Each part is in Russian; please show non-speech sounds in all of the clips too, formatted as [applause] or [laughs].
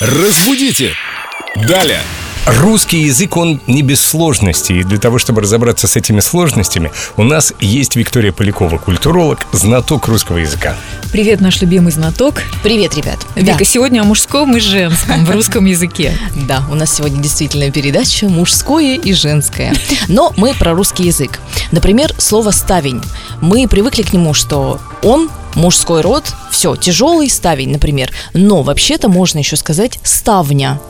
Разбудите! Далее! Русский язык, он не без сложностей, и для того, чтобы разобраться с этими сложностями, у нас есть Виктория Полякова, культуролог, знаток русского языка. Привет, наш любимый знаток. Привет, ребят. Вика, сегодня о мужском и женском в русском языке. Да, у нас сегодня действительно передача мужское и женское. Но мы про русский язык. Например, слово «ставень». Мы привыкли к нему, что он мужской род, все, тяжелый ставень, например. Но вообще-то можно еще сказать «ставня».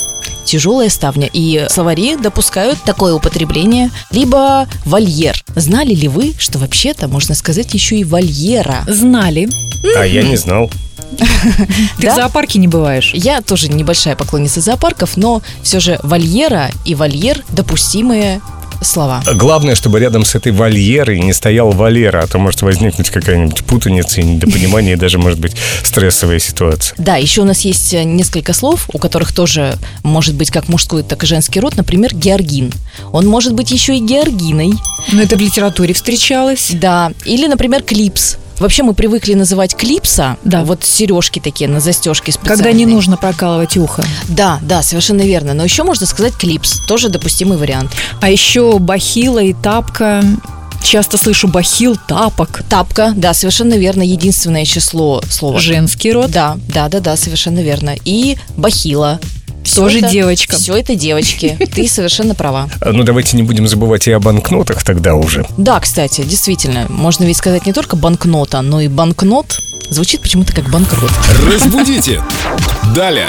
Тяжелая ставня. И словари допускают такое употребление. Либо вольер. Знали ли вы, что вообще-то можно сказать еще и вольера? Знали. А я не знал. Ты Да? в зоопарке не бываешь. Я тоже небольшая поклонница зоопарков, но все же вольера и вольер допустимые слова. Главное, чтобы рядом с этой вольерой не стоял Валера, а то может возникнуть какая-нибудь путаница и недопонимание, и даже, может быть, стрессовая ситуация. Да, еще у нас есть э, несколько слов, у которых тоже может быть как мужской, так и женский род. Например, георгин. Он может быть еще и георгиной. Но Ну, это в литературе встречалось. Да. Или, например, клипс. Вообще мы привыкли называть клипса, Да. вот сережки такие на застежке специальные. Когда не нужно прокалывать ухо. Да, да, совершенно верно. Но еще можно сказать клипс, тоже допустимый вариант. А еще бахила и тапка. Часто слышу бахил, тапок. Тапка, да, совершенно верно, единственное число слова. Женский род. Да, да, да, да, совершенно верно. И бахила. Тоже девочка. Все это [laughs] девочки. Ты совершенно права. А, Ну, давайте не будем забывать и о банкнотах тогда уже. Да, кстати, действительно, можно ведь сказать не только банкнота, но и банкнот. Звучит почему-то как банкрот. Разбудите! Далее!